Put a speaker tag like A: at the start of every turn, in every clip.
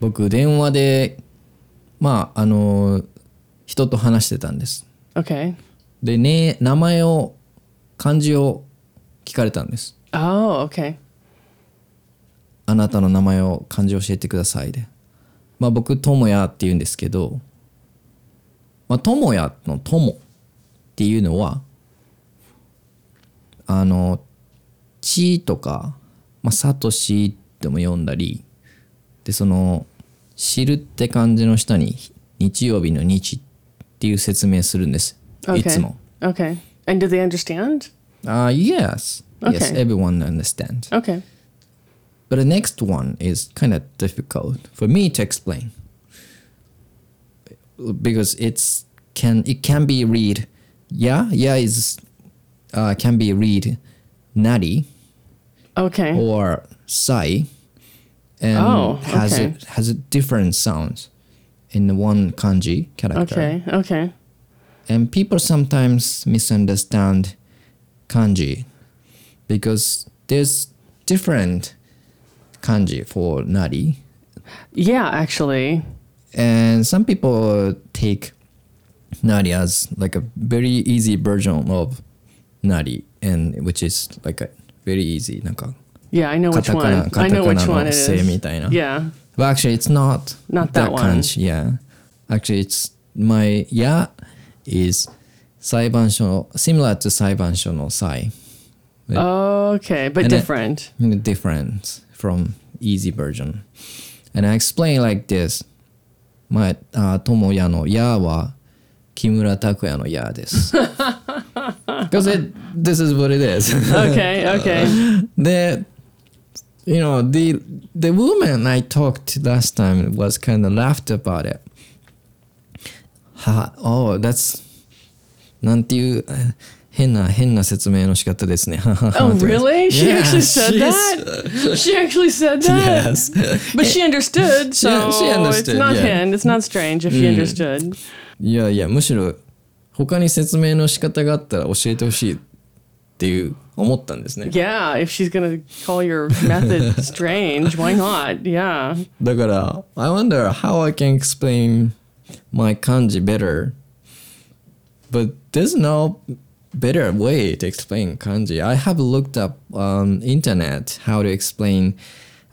A: 僕電話でまああの人と話してたんです
B: Okay.
A: で、ね、名前を漢字を聞かれたんです
B: Oh, okay.
A: あなたの名前を漢字教えてくださいでまあ僕ともやって言うんですけどまあともやのともっていうのはあの「ち」とか「まあ、さとし」っても読んだりでその「知る」って漢字の下に日曜日の「日」っていう説明するんです、い
B: Okay.
A: つも。
B: Okay. And do they understand?
A: あ、yes. Yes,
B: Okay.
A: everyone understands.
B: Okay.
A: But the next one is kind of difficult for me to explain because it's can it can be read yeah yeah is uh, can be read nari
B: Okay.
A: or sai and
B: Oh,
A: has
B: okay.
A: it has a different sounds in the one kanji character
B: okay. Okay.
A: and people sometimes misunderstand kanji because there's different kanji for nari
B: Yeah, actually.
A: and some people take nari as like a very easy version of nari and which is like a very easy なんか
B: Yeah, I know which one.
A: Katakana-
B: I know which
A: katakana
B: one
A: no
B: it
A: se
B: is.
A: みたいな。
B: Yeah.
A: Well, actually, it's not
B: Not that one.
A: kanji. Yeah, actually, it's my ya is 裁判所 similar to 裁判所 no sai,
B: Okay, but
A: And it-
B: different.
A: different from easy version. And I explain like this. uh, まあ、あ友也のやは木村拓哉のや です。Because it, this is what it is.
B: okay. Okay.
A: the you know the the woman I talked to last time was kind of laughed about it. Ha, oh, that's uh, なんていうえー変な変な説明の仕方ですね。
B: Oh, really? She actually
A: Yeah, she's-
B: said
A: uh,
B: that. She actually said that.
A: Yes.
B: But she understood, so
A: Yeah, she understood,
B: it's not
A: yeah. Mm.
B: hidden. It's not strange if she understood.
A: いやいやむしろ他に説明の仕方があったら教えてほしいっていう思ったんですね。
B: Yeah, if she's gonna call your method strange, why not? Yeah.
A: だから I wonder how I can explain my kanji better. But there's no better way to explain kanji. I have looked up on internet how to explain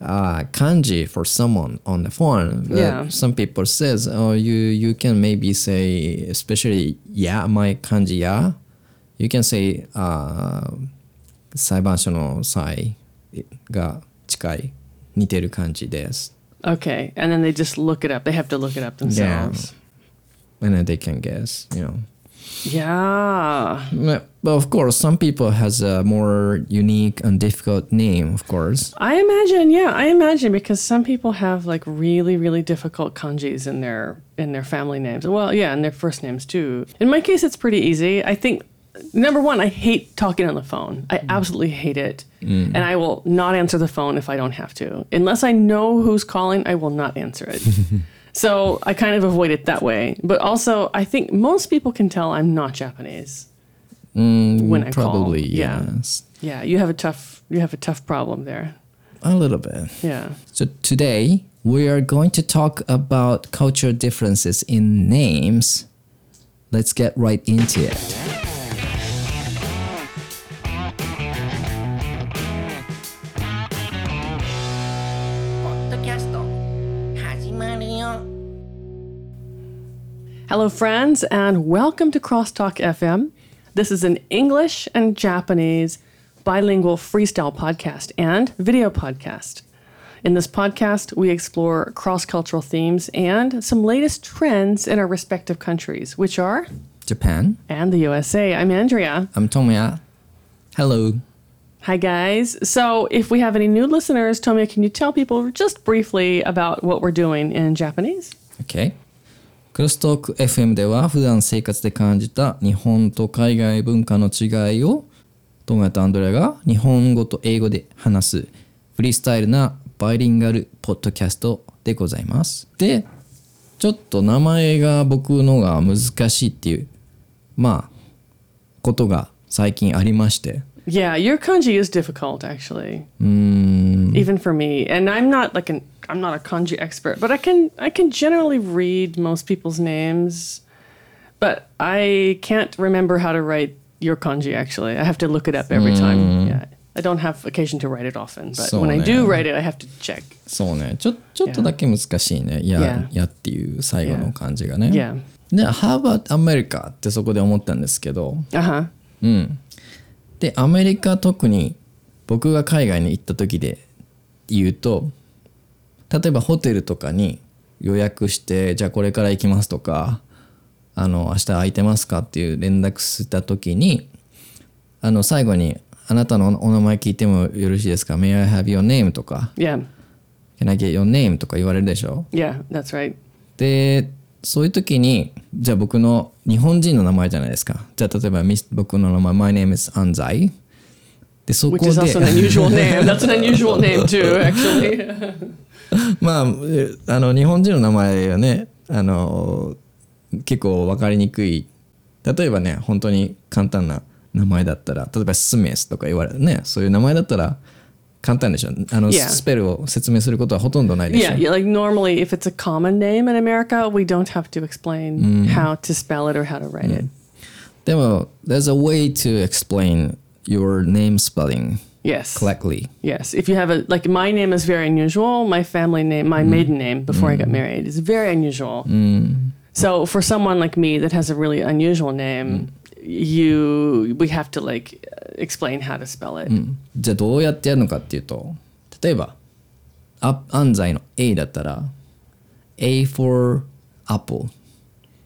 A: uh, kanji for someone on the phone. But
B: Yeah.
A: Some people says, oh, you you can maybe say, especially yeah, my kanji yeah. You can say uh, 裁判所の裁が近い似てる感じです。
B: Okay, and then they just look it up. They have to look it up themselves.
A: and then they can guess you know
B: Yeah.
A: but but of course some people has a more unique and difficult name of course
B: I imagine, yeah, I imagine because some people have like really, really difficult kanjis in their in their family names. Well, yeah, and their first names too. In my case, it's pretty easy. I think number one, I hate talking on the phone. I absolutely hate it, and I will not answer the phone if I don't have to. Unless I know who's calling, I will not answer it. so I kind of avoid it that way. But also, I think most people can tell I'm not Japanese when I call.
A: probably
B: yeah.
A: yes
B: Yeah, you have a tough you have a tough problem there.
A: a little bit
B: Yeah.
A: so today we are going to talk about cultural differences in names let's get right into it
C: ポッドキャスト始まるよ
B: Hello friends and welcome to Crosstalk FM. This is an English and Japanese bilingual freestyle podcast and video podcast. In this podcast, we explore cross-cultural themes and some latest trends in our respective countries, which are
A: japan
B: and the USA. I'm Andrea.
A: i'm tomoya hello
B: Hi, guys. So, if we have any new listeners, Tomia, can you tell people just briefly about what we're doing in Japanese?
A: OK クロストーク FM では普段生活で感じた日本と海外文化の違いを友也とアンドレアが日本語と英語で話すフリースタイルなバイリンガルポッドキャストでございます。で、ちょっと名前が僕のが難しいっていう、まあ、ことが最近ありまして、
B: Yeah, your kanji is difficult, actually, even for me. And I'm not like an I'm not a kanji expert, but I can I can generally read most people's names, but I can't remember how to write your kanji. Actually, I have to look it up every time. Yeah, I don't have occasion to write it often, but
A: So
B: when I
A: yeah.
B: do write it, I have to check.
A: そうねちょちょっとだけ難しいね「いや」
B: Yeah.
A: やっていう最後の感じがね。
B: Yeah.
A: で「How about America?」ってそこで思ったんですけど
B: Uh huh.
A: でアメリカ特に僕が海外に行った時で言うと例えばホテルとかに予約してじゃあこれから行きますとかあの明日空いてますかっていう連絡した時にあの最後に「あなたのお名前聞いてもよろしいですか ?May I have your name?」とか
B: Yeah.
A: 「Can I get your name?」とか言われるでしょ
B: Yeah. That's right.
A: でそういう時にじゃあ僕の日本人の名前じゃないですかじゃあ例えばミス僕の名前 My name is 安西でそこ
B: Which
A: で
B: is also an unusual name. That's an unusual name too, actually.
A: まあえあの日本人の名前はねあの結構分かりにくい例えばね本当に簡単な名前だったら例えばスミスとか言われるねそういう名前だったら簡単でしょあの
B: Yeah.
A: スペルを説明することはほとんどないでしょ
B: Yeah, yeah, like normally, if it's a common name in America, we don't have to explain how to spell it or how to write it.
A: でも There's a way to explain your name spelling
B: Yes.
A: correctly
B: Yes. If you have a, like, my name is very unusual. My family name, my maiden name before I got married is very unusual. So for someone like me that has a really unusual name, you, we have to like explain how to spell it.
A: じゃあどうやってやるのかっていうと例えばあ安西の A だったら A for apple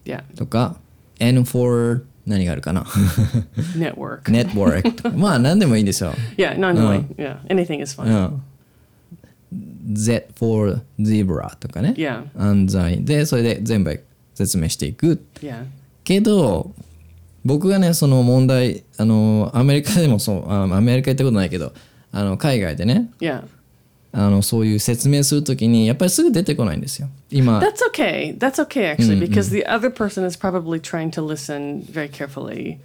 B: Yeah.
A: とか N for 何があるかな
B: Network.
A: network とか まあ何でもいいんですよ、
B: yeah. No, no, like, yeah. Anything is
A: う
B: fine.
A: ん、Z for zebra とかね
B: Yeah.
A: 安西でそれで全部説明していく
B: Yeah.
A: けど僕がねその問題あのアメリカでもそうあアメリカ行ったことないけどあの海外でね
B: Yeah.
A: あのそういう説明するときにやっぱりすぐ出てこないんですよ今
B: That's okay. That's okay, actually, because the other person is probably trying to listen very carefully.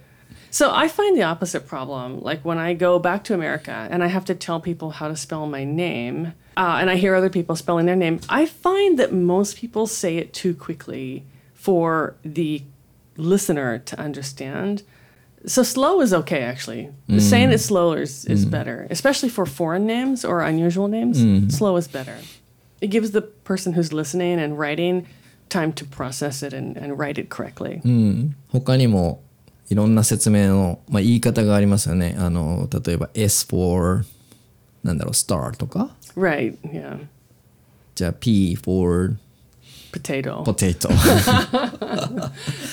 B: So I find the opposite problem. Like when I go back to America and I have to tell people how to spell my name, uh, and I hear other people spelling their name, I find that most people say it too quickly for the listener to understand. So slow is okay, actually. Saying it slower is, is better, especially for foreign names or unusual names. Slow is better it gives the person who's listening and writing time to process it and, and write it correctly.
A: 他にもいろんな説明の、まあ、言い方がありますよねあの例えば S for なんだろう star とか
B: Right. Yeah.
A: じゃあ P for
B: Potato.
A: potato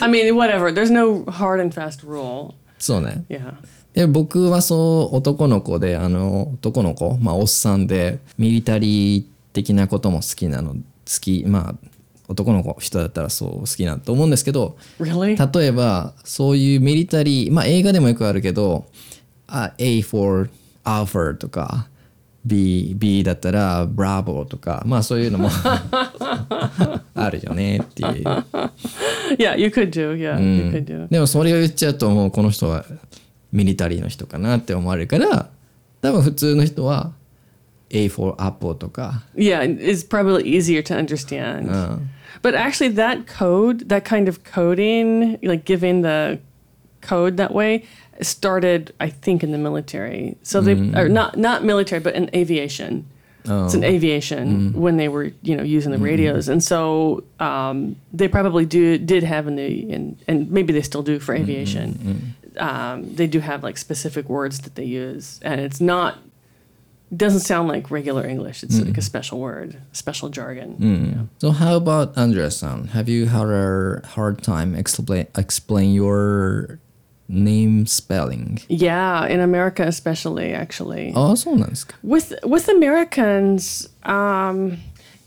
B: I mean, whatever. There's no hard and fast rule.
A: そうね
B: Yeah.
A: で僕はそう男の子であの男の子まあおっさんでミリタリー的なことも好きなの好きまあ男の子人だったらそう好きなと思うんですけど
B: Really?
A: 例えばそういうミリタリーまあ映画でもよくあるけどあ A for Alpha とか B, B だったら Bravo とかまあそういうのも あるよねっていう。
B: Yeah, you could do. Yeah, you could do.
A: でもそれを言っちゃうともうこの人はミリタリーの人かなって思われるから多分普通の人は A for Apple とか
B: Yeah, and it's probably easier to understand. But actually, that code, that kind of coding, like giving the code that way, started, I think, in the military. So they or not not military, but in aviation. It's in aviation when they were you know using the radios, and so um, they probably do did have in the in, and maybe they still do for aviation. Um, they do have like specific words that they use, and it's not doesn't sound like regular English. It's like a special word, special jargon.
A: So how about Andrea-san? Have you had a hard time explain explain your name spelling?
B: Yeah, in America especially, actually.
A: ああそうなんですか。
B: With with Americans, um,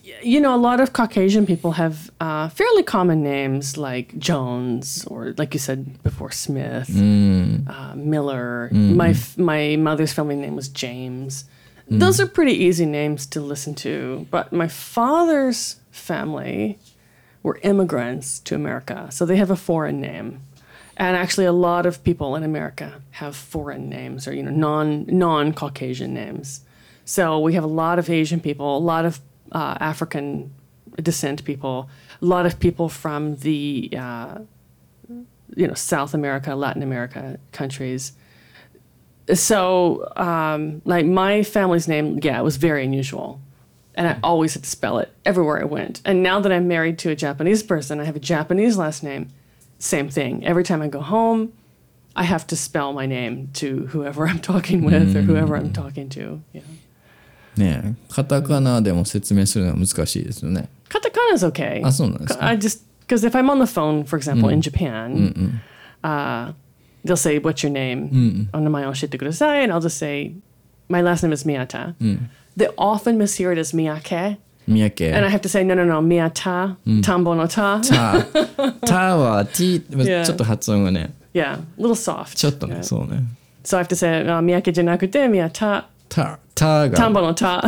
B: y- you know, a lot of Caucasian people have uh, fairly common names like Jones or, like you said before, Smith, uh, Miller. My f- my mother's family name was James. Those are pretty easy names to listen to. But my father's family were immigrants to America, so they have a foreign name. And actually, a lot of people in America have foreign names or you know non non Caucasian names. So we have a lot of Asian people, a lot of uh, African descent people, a lot of people from the uh, you know South America, Latin America countries. So, um, like my family's name, yeah, it was very unusual, and I always had to spell it everywhere I went. And now that I'm married to a Japanese person, I have a Japanese last name. Same thing. Every time I go home, I have to spell my name to whoever I'm talking with or whoever I'm talking to. Yeah.
A: ねえカタカナでも説明するのは難しいですよね
B: Katakana's okay.
A: あそうなんですか
B: I just because if I'm on the phone, for example, in Japan, uh, they'll say what's your name, onomae oshite kudasai, and I'll just say my last name is Miyata. They often mishear it as Miyake,
A: 三宅
B: and I have to say no, no, no, Miyata, tambo no ta.
A: タタは T
B: や
A: ちょっと発音がね
B: yeah, a little soft.
A: ちょっとね
B: Yeah.
A: そうね
B: So I have to say uh, Miyake janakute Miyata.
A: タタが
B: Tambo no ta.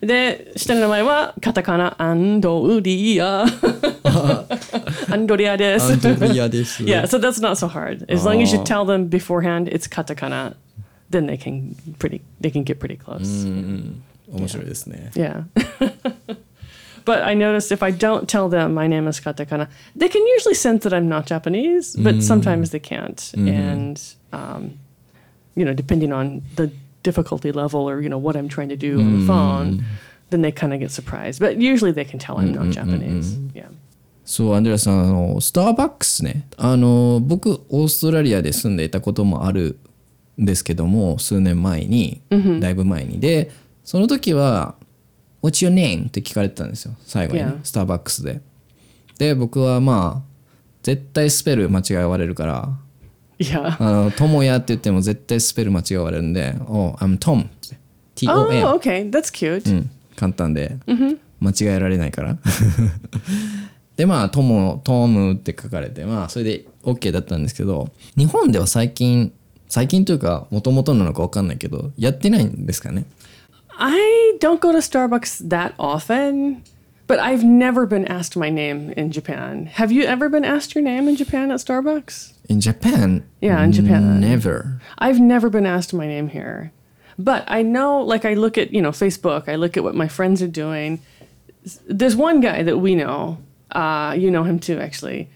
B: で、下の名前はカタカナアンドリ ア。アンドリアで
A: ア
B: す
A: ン。ドリアです
B: Yeah, so that's not so hard. As long as you tell them beforehand it's katakana, then they can pretty they can get pretty close.
A: 面白いですね
B: Yeah. but I noticed if I don't tell them my name is katakana, they can usually sense that I'm not Japanese, but sometimes they can't. And um, you know, depending on the difficulty level or you know what I'm trying to do on the phone, then they kind of get surprised. But usually they can tell I'm not Japanese. Yeah.
A: そう、アンデラさん、あの、スターバックスね。あの、僕、オーストラリアで住んでいたこともあるんですけども、数年前に、だいぶ前に。で、その時は、What's your name? って聞かれてたんですよ、最後にね、
B: Yeah.
A: スターバックスで。で、僕はまあ、絶対スペル間違われるから、
B: Yeah.
A: あの、トモヤって言っても絶対スペル間違われるんで、Oh, I'm Tom. T-O-M.
B: Oh, okay. That's cute.
A: うん、簡単で、間違えられないから でまあ「トモ」「トム」って書かれてまあそれで OK だったんですけど日本では最近最近というかもともとなのか分かんないけどやってないんですかね
B: I don't go to Starbucks that often, but I've never been asked my name in Japan. Have you ever been asked your name in Japan at Starbucks?
A: In Japan
B: Yeah, in Japan.
A: never
B: I've never been asked my name here. But I know, like, I look at, you know, Facebook, I look at what my friends are doing. There's one guy that we know, uh, you know him too, actually.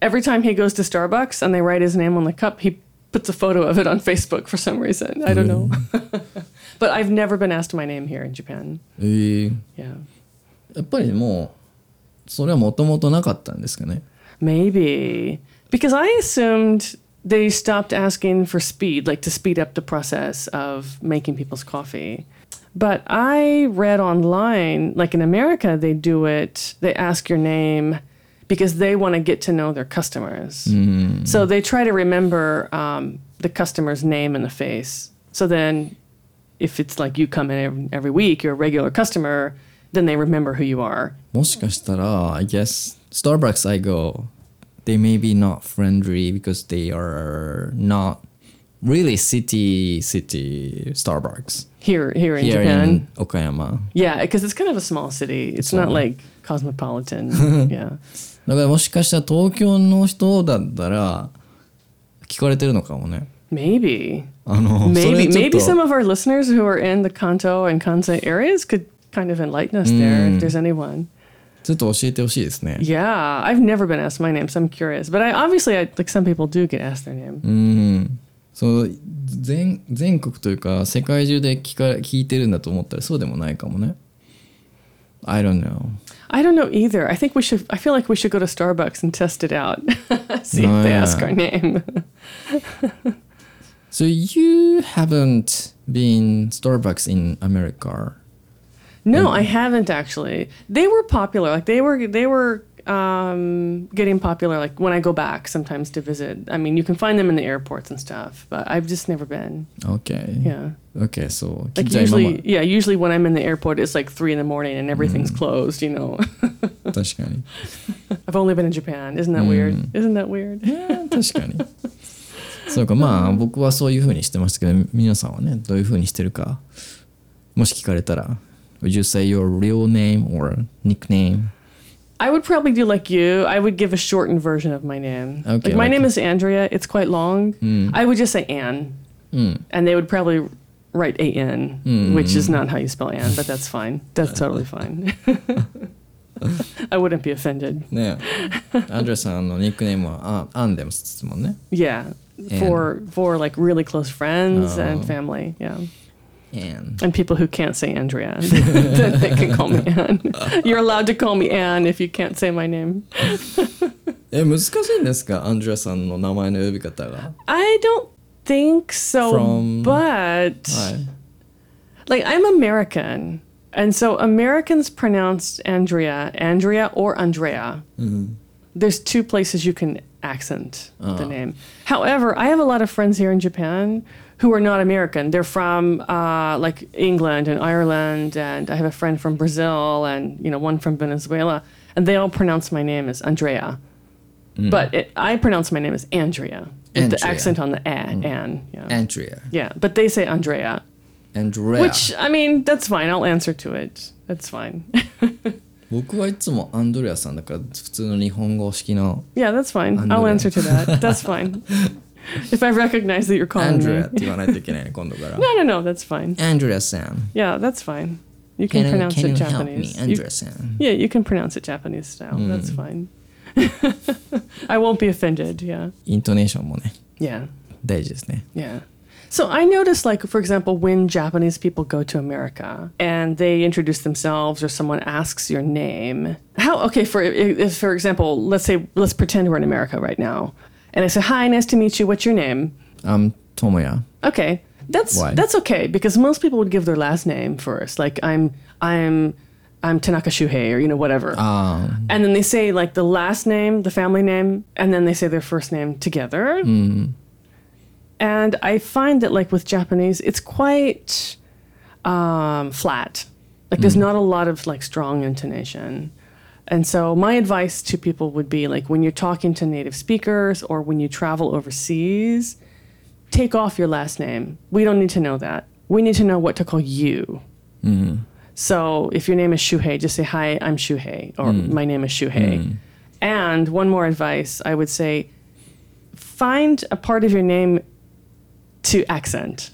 B: Every time he goes to Starbucks and they write his name on the cup, he puts a photo of it on Facebook for some reason. I don't know. but I've never been asked my name here in Japan.
A: えー
B: Yeah.
A: やっぱりもうそれはもともとなかったんですかね
B: Maybe. Because I assumed they stopped asking for speed, like to speed up the process of making people's coffee. But I read online, like in America, they do it, they ask your name because they want to get to know their customers. So they try to remember um, the customer's name and the face. So then, if it's like you come in every, every week, you're a regular customer, then they remember who you are.
A: もしかしたら I guess Starbucks I go they may be not friendly because they are not really city city Starbucks
B: Here, here in
A: here
B: Japan,
A: in Okayama
B: Yeah, because it's kind of a small city. It's not like cosmopolitan. yeah.
A: だからもしかしたら東京の人だったら聞かれてるのかもね
B: Maybe.
A: あのそ
B: Maybe
A: れちょっ
B: maybe some
A: と
B: of our listeners who are in the Kanto and Kansai areas could kind of enlighten us there if there's anyone.
A: ちょっと教えてほしいですね
B: Yeah, I've never been asked my name, so I'm curious. But I obviously I, like some people do get asked their name.
A: そう全全国というか世界中で聞か聞いてるんだと思ったらそうでもないかもね I don't know
B: I don't know either. I think we should I feel like we should go to Starbucks and test it out. See if they
A: Yeah.
B: ask our name.
A: So you haven't been Starbucks in America.
B: No, I haven't actually. They were popular. Like they were they were um, getting popular. Like when I go back sometimes to visit. I mean, you can find them in the airports and stuff, but I've just never been.
A: Okay.
B: Yeah.
A: Okay, so
B: Like
A: じゃあ今ま
B: usually, yeah. Usually when I'm in the airport, it's like three in the morning and everything's closed. You know,
A: 確かに。
B: I've only been in Japan. Isn't that weird? Isn't that weird?
A: 確かに。 そうか、まあ僕はそういうふうにしてましたけど、皆さんはね、どういうふうにしてるか、もし聞かれたら、Would you say your real name or nickname?
B: I would probably do like you. I would give a shortened version of my name.
A: Okay,
B: like my
A: like- Hmm.
B: name is Andrea. It's quite long. I would just say Anne, and they would probably write A N,
A: Hmm.
B: which is not how you spell Ann, but that's fine. That's totally fine. I wouldn't be offended.
A: ねえアンドレさんのニックネームはアンアンデムスですもんね
B: Yeah. For for like really close friends
A: Oh.
B: and family. Yeah.
A: エン
B: And people who can't say Andrea. then they can call me Ann. You're allowed to call me Ann if you can't say my name.
A: え難しいんですかアンドレさんの名前の呼び方が
B: I don't think so,
A: From-
B: but
A: はい、
B: like I'm American. And so Americans pronounce Andrea, Andrea or Andrea. There's two places you can accent the name. However, I have a lot of friends here in Japan who are not American. They're from uh, like England and Ireland, and I have a friend from Brazil, and you know one from Venezuela, and they all pronounce my name as Andrea, but it, I pronounce my name as Andrea with the
A: Andrea.
B: accent on the a, an, yeah.
A: エントリア
B: yeah. But they say Andrea,
A: エンドレア
B: which I mean, that's fine. I'll answer to it. That's fine.
A: 僕はいつもアンドレアさんだから普通の日本語式の
B: yeah, that's fine. I'll
A: Andrea.
B: answer to that. That's fine. if I recognize that you're
A: ア
B: calling
A: ンドレアっ
B: me.
A: て言わないといけないね今度から
B: No, no, no. That's fine.
A: アンドレアさん
B: Yeah, that's fine. You can,
A: Can I-
B: pronounce
A: can
B: it
A: you help
B: Japanese.
A: me? アンドレアさん
B: yeah, you can pronounce it Japanese style. That's
A: Hmm.
B: fine. I won't be offended. Yeah.
A: イントネーションもね
B: Yeah.
A: 大事ですね
B: Yeah. So I noticed, like, for example, when Japanese people go to America and they introduce themselves or someone asks your name, how, okay, for, if, for example, let's say, let's pretend we're in America right now. And I say, hi, nice to meet you. What's your name?
A: アントモヤ
B: Okay. That's,
A: Why?
B: that's okay because most people would give their last name first. Like I'm, I'm, I'm Tanaka Shuhei or, you know, whatever.
A: あー
B: And then they say like the last name, the family name, and then they say their first name together. And I find that like with Japanese, it's quite um, flat. Like there's not a lot of like strong intonation. And so my advice to people would be like when you're talking to native speakers or when you travel overseas, take off your last name. We don't need to know that. We need to know what to call you. So if your name is Shuhei, just say, Hi, I'm Shuhei, or My name is Shuhei. And one more advice I would say find a part of your name to accent.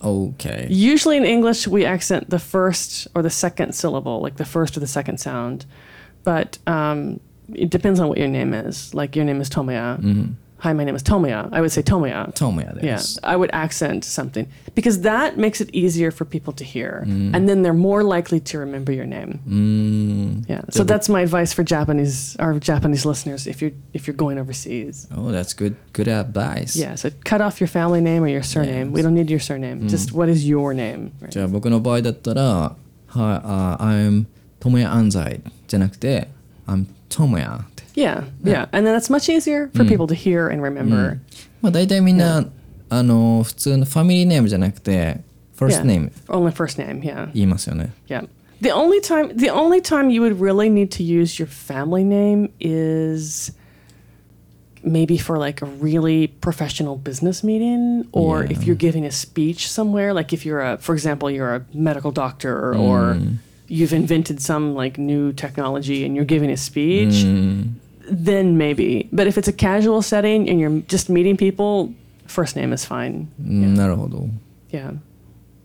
A: OK
B: Usually in English, we accent the first or the second syllable, like the first or the second sound. But um, it depends on what your name is. Like your name is Tomoya. Hi, my name is Tomoya. I would say Tomoya.
A: トモヤで
B: Yeah,
A: す
B: I would accent something because that makes it easier for people to hear, and then they're more likely to remember your name. Yeah, so that's my advice for Japanese our Japanese listeners if you're if you're going overseas.
A: Oh that's good good advice
B: Yeah, so cut off your family name or your surname. We don't need your surname. Just what is your name? Mm-hmm. right?
A: じゃあ僕の場合だったら「Hi, uh, I'm トモヤアンザイ」じゃなくて「I'm トモヤ」って
B: Yeah, yeah, Mm. and then that's much easier for people to hear and remember.
A: まあ大体みんな、あの普通のファミリーネームじゃなくて
B: Yeah.
A: first name
B: only first name. Yeah,
A: 言いますよね
B: Yeah. The only time the only time you would really need to use your family name is maybe for like a really professional business meeting or
A: Yeah.
B: if you're giving a speech somewhere like if you're a for example you're a medical doctor or you've invented some like new technology and you're giving a speech then maybe but if it's a casual setting and you're just meeting people first name is fine
A: うんなるほど
B: yeah
A: っ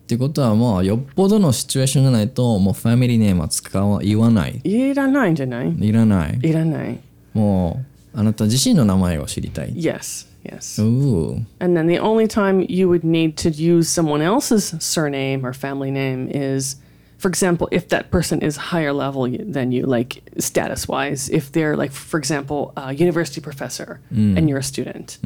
A: てことはもうよっぽどのシチュエーションがないともうファミリーネームは使わ言わない
B: いらないんじゃない?
A: いらない
B: いらない.
A: もうあなた自身の名前を知りたい
B: yes yes
A: うー
B: And then the only time you would need to use someone else's surname or family name is, for example, if that person is higher level y- than you, like status wise, if they're like, for example, a university professor and you're a student,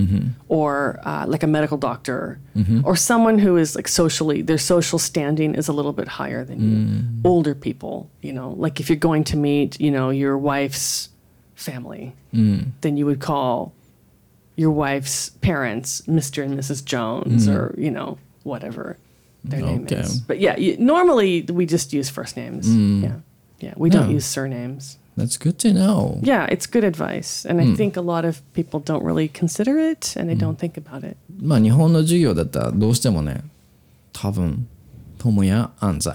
B: or uh, like a medical doctor, or someone who is like socially, their social standing is a little bit higher than you. Older people, you know, like if you're going to meet, you know, your wife's family,
A: Mm.
B: then you would call your wife's parents, Mr. and Mrs. Jones, or you know whatever their name
A: Mm. Okay.
B: is. But yeah, you, normally we just use first names. Yeah, yeah, we don't
A: Mm. Yeah.
B: use surnames.
A: That's good to know
B: Yeah, it's good advice, and
A: Mm.
B: I think a lot of people don't really consider it and they don't think about it.
A: まあ日本の授業だったらどうしてもね多分友や安西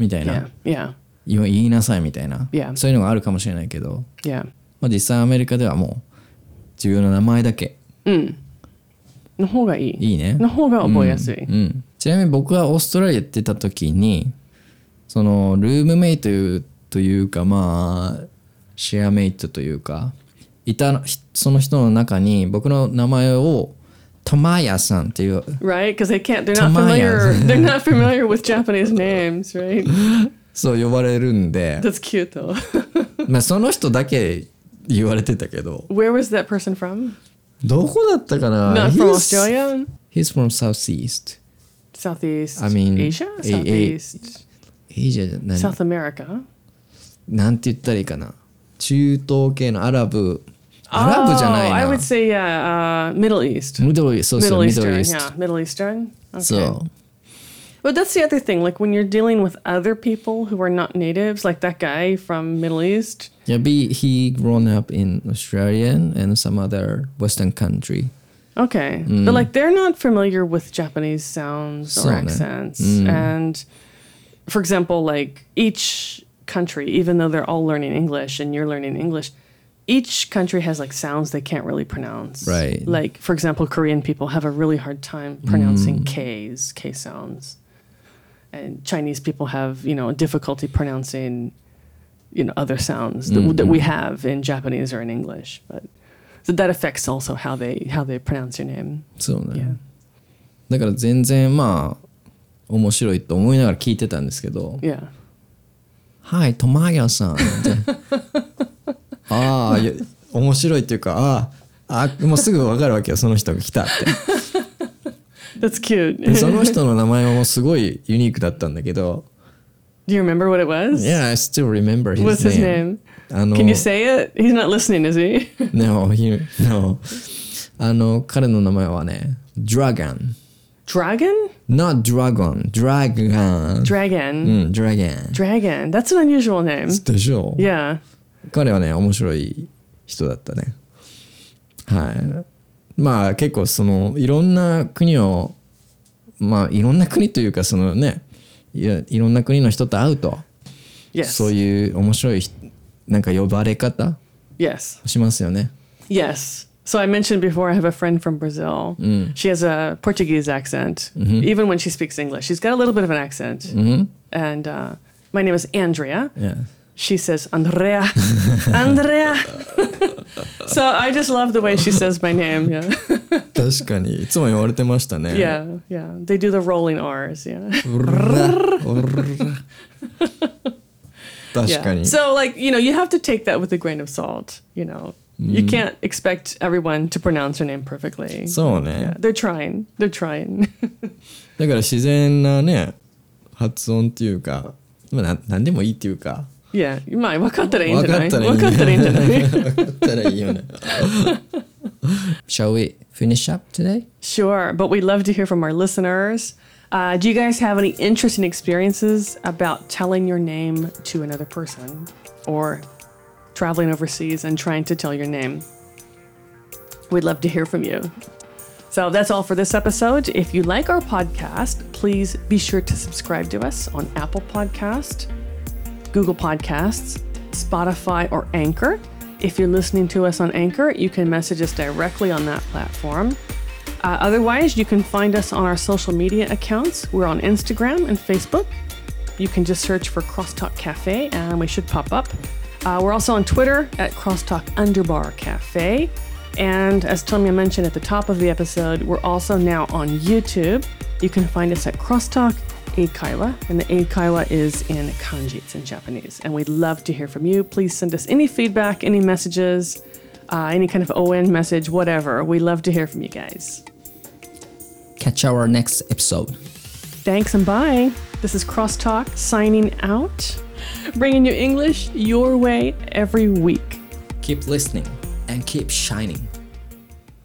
A: みたい
B: Yeah,
A: な
B: yeah,
A: 言わ言いなさいみたいな
B: Yeah.
A: そういうのがあるかもしれないけど、
B: yeah.
A: まあ、実際アメリカではもう自分の名前だけ
B: No
A: いいね
B: No
A: うん、ちなみに僕はオーストラリア行ってた時にそのルームメイトというかまあシェアメイトというかいたひその人の中に僕の名前をタマヤさんっていう
B: right? Because they can't. They're not
A: Tamaya.
B: familiar. They're not familiar with Japanese names, right?
A: そう呼ばれるん で
B: That's cute though.
A: まあその人だけ言われてたけど
B: Where was that person from?
A: どこだったかな
B: not from
A: He's-
B: Australia.
A: He's from Southeast
B: Southeast.
A: I mean,
B: Asia.
A: a- a-
B: Southeast.
A: Asia じゃない
B: South America.
A: なんて言ったらいいかな中東系のアラブアラブじゃないな
B: Oh, I would say yeah, uh, Middle East.
A: ミドルそうそう
B: Middle
A: ミド
B: Eastern,
A: ルイース
B: yeah, Middle Eastern. Okay.
A: そう
B: But that's the other thing. Like when you're dealing with other people who are not natives, like that guy from Middle East.
A: Yeah, be he grown up in Australia and some other Western country.
B: Okay, but like they're not familiar with Japanese sounds
A: So,
B: or
A: no.
B: accents, and for example, like each country, even though they're all learning English and you're learning English, each country has like sounds they can't really pronounce.
A: Right.
B: Like for example, Korean people have a really hard time pronouncing K's, K sounds, and Chinese people have you know difficulty pronouncing you know other sounds that, that we have in Japanese or in English, but. So that affects also how they how they pronounce your name.
A: そうね。
B: Yeah.
A: だから全然まあ面白いと思いながら聞いてたんですけど。
B: Yeah.
A: はい、トマヤさん。 ああ、いや面白いっていうか、ああ、あもうすぐわかるわけよ、その人が来たって。
B: That's cute.
A: で、そ
B: Do
A: の人の名前もすごいユニークだったんだけど。
B: you remember what it was?
A: Yeah, I still remember his
B: What's
A: name.
B: his name?
A: あの
B: Can you say it? He's not listening, is he?
A: No, he, no. あの、彼の名前はね、ドラガン。
B: Dragon?
A: Not dragon, dragon.
B: Dragon.
A: うん、dragon.
B: Dragon. That's an unusual name.
A: でしょう
B: Yeah.
A: 彼はね、面白い人だったね。はい。まあ結構その、いろんな国を、まあいろんな国というかそのね、いやいろんな国の人と会うと、
B: Yes.
A: そういう面白いひ、なんか呼ばれ方
B: Yes.
A: しますよね。
B: Yes. So I mentioned before I have a friend from Brazil. She has a Portuguese accent, even when she speaks English. She's got a little bit of an accent.
A: Hmm.
B: And uh, my name is Andrea.
A: Yeah.
B: She says, Andrea, Andrea. so I just love the way she says my name. Yeah.
A: 確かに、いつも言われてましたね。
B: Yeah. Yeah. They do the rolling R's. Yeah.
A: うらうら 確か
B: yeah.
A: に。
B: So, like, you know, you have to take that with a grain of salt. You know, you can't expect everyone to pronounce your name perfectly.
A: そうね。
B: Yeah, they're trying. They're trying.
A: だから自然なね発音っていうかまあな何でもいいっていうか
B: yeah. You might.
A: 分かったらいいんじゃない？
B: 分かったらいいんじゃない？分か
A: だ
B: ったらいいんじゃない？
A: ったらいいよね Shall we finish up today?
B: Sure, but we'd love to hear from our listeners. Uh, do you guys have any interesting experiences about telling your name to another person or traveling overseas and trying to tell your name? We'd love to hear from you. So that's all for this episode. If you like our podcast, please be sure to subscribe to us on Apple Podcast, Google Podcasts, Spotify, or Anchor. If you're listening to us on Anchor, you can message us directly on that platform. Uh, otherwise, you can find us on our social media accounts. We're on Instagram and Facebook. You can just search for Crosstalk Cafe and we should pop up. Uh, we're also on Twitter at Crosstalk Underbar Cafe. And as Tomya mentioned at the top of the episode, we're also now on YouTube. You can find us at Crosstalk Eikawa, and the Eikawa is in kanji, it's in Japanese. And we'd love to hear from you. Please send us any feedback, any messages, uh, any kind of ON message, whatever. We love to hear from you guys.
A: Catch our next episode
B: Thanks and bye. This is Crosstalk signing out, bringing you English your way every week.
A: Keep listening and keep shining